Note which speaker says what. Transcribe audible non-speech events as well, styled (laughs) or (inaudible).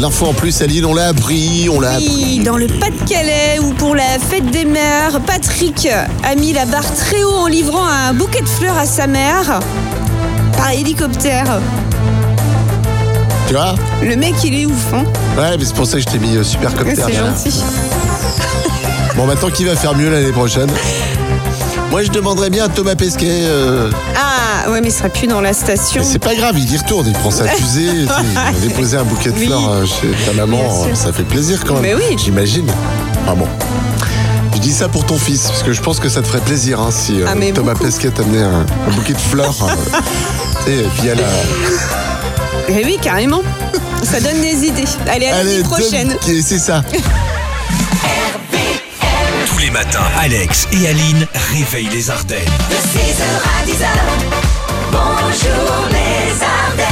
Speaker 1: L'info en plus à Lille, on l'a appris, on l'a appris.
Speaker 2: Oui, dans le Pas-de-Calais où pour la fête des mères, Patrick a mis la barre très haut en livrant un bouquet de fleurs à sa mère par hélicoptère.
Speaker 1: Tu vois
Speaker 2: Le mec, il est ouf, hein
Speaker 1: Ouais, mais c'est pour ça que je t'ai mis euh, super
Speaker 2: C'est
Speaker 1: copter.
Speaker 2: gentil.
Speaker 1: Bon, maintenant, qui va faire mieux l'année prochaine Moi, je demanderais bien à Thomas Pesquet. euh,
Speaker 2: Ah, ouais, mais il sera plus dans la station.
Speaker 1: mais c'est pas grave, il y retourne, il prend sa
Speaker 2: (laughs)
Speaker 1: fusée. tu sais, il va déposer un bouquet de
Speaker 2: Oui.
Speaker 1: fleurs euh, chez ta maman,
Speaker 2: Bien sûr.
Speaker 1: euh, ça fait plaisir quand même.
Speaker 2: Mais oui.
Speaker 1: J'imagine. Ah bon. Je dis ça pour ton fils, parce que je pense que ça te ferait plaisir hein, si euh,
Speaker 2: Ah, mais
Speaker 1: Thomas
Speaker 2: beaucoup.
Speaker 1: Pesquet t'amenait un, un bouquet de fleurs.
Speaker 2: (laughs)
Speaker 1: euh, tu sais, via la.
Speaker 2: Eh oui, carrément. Ça donne des idées. Allez, à la
Speaker 1: Allez,
Speaker 2: l'année prochaine.
Speaker 1: donne- C'est ça.
Speaker 3: Tous les matins, Alex et Aline réveillent les Ardennes.
Speaker 4: De 6h à 10h, bonjour les Ardennes.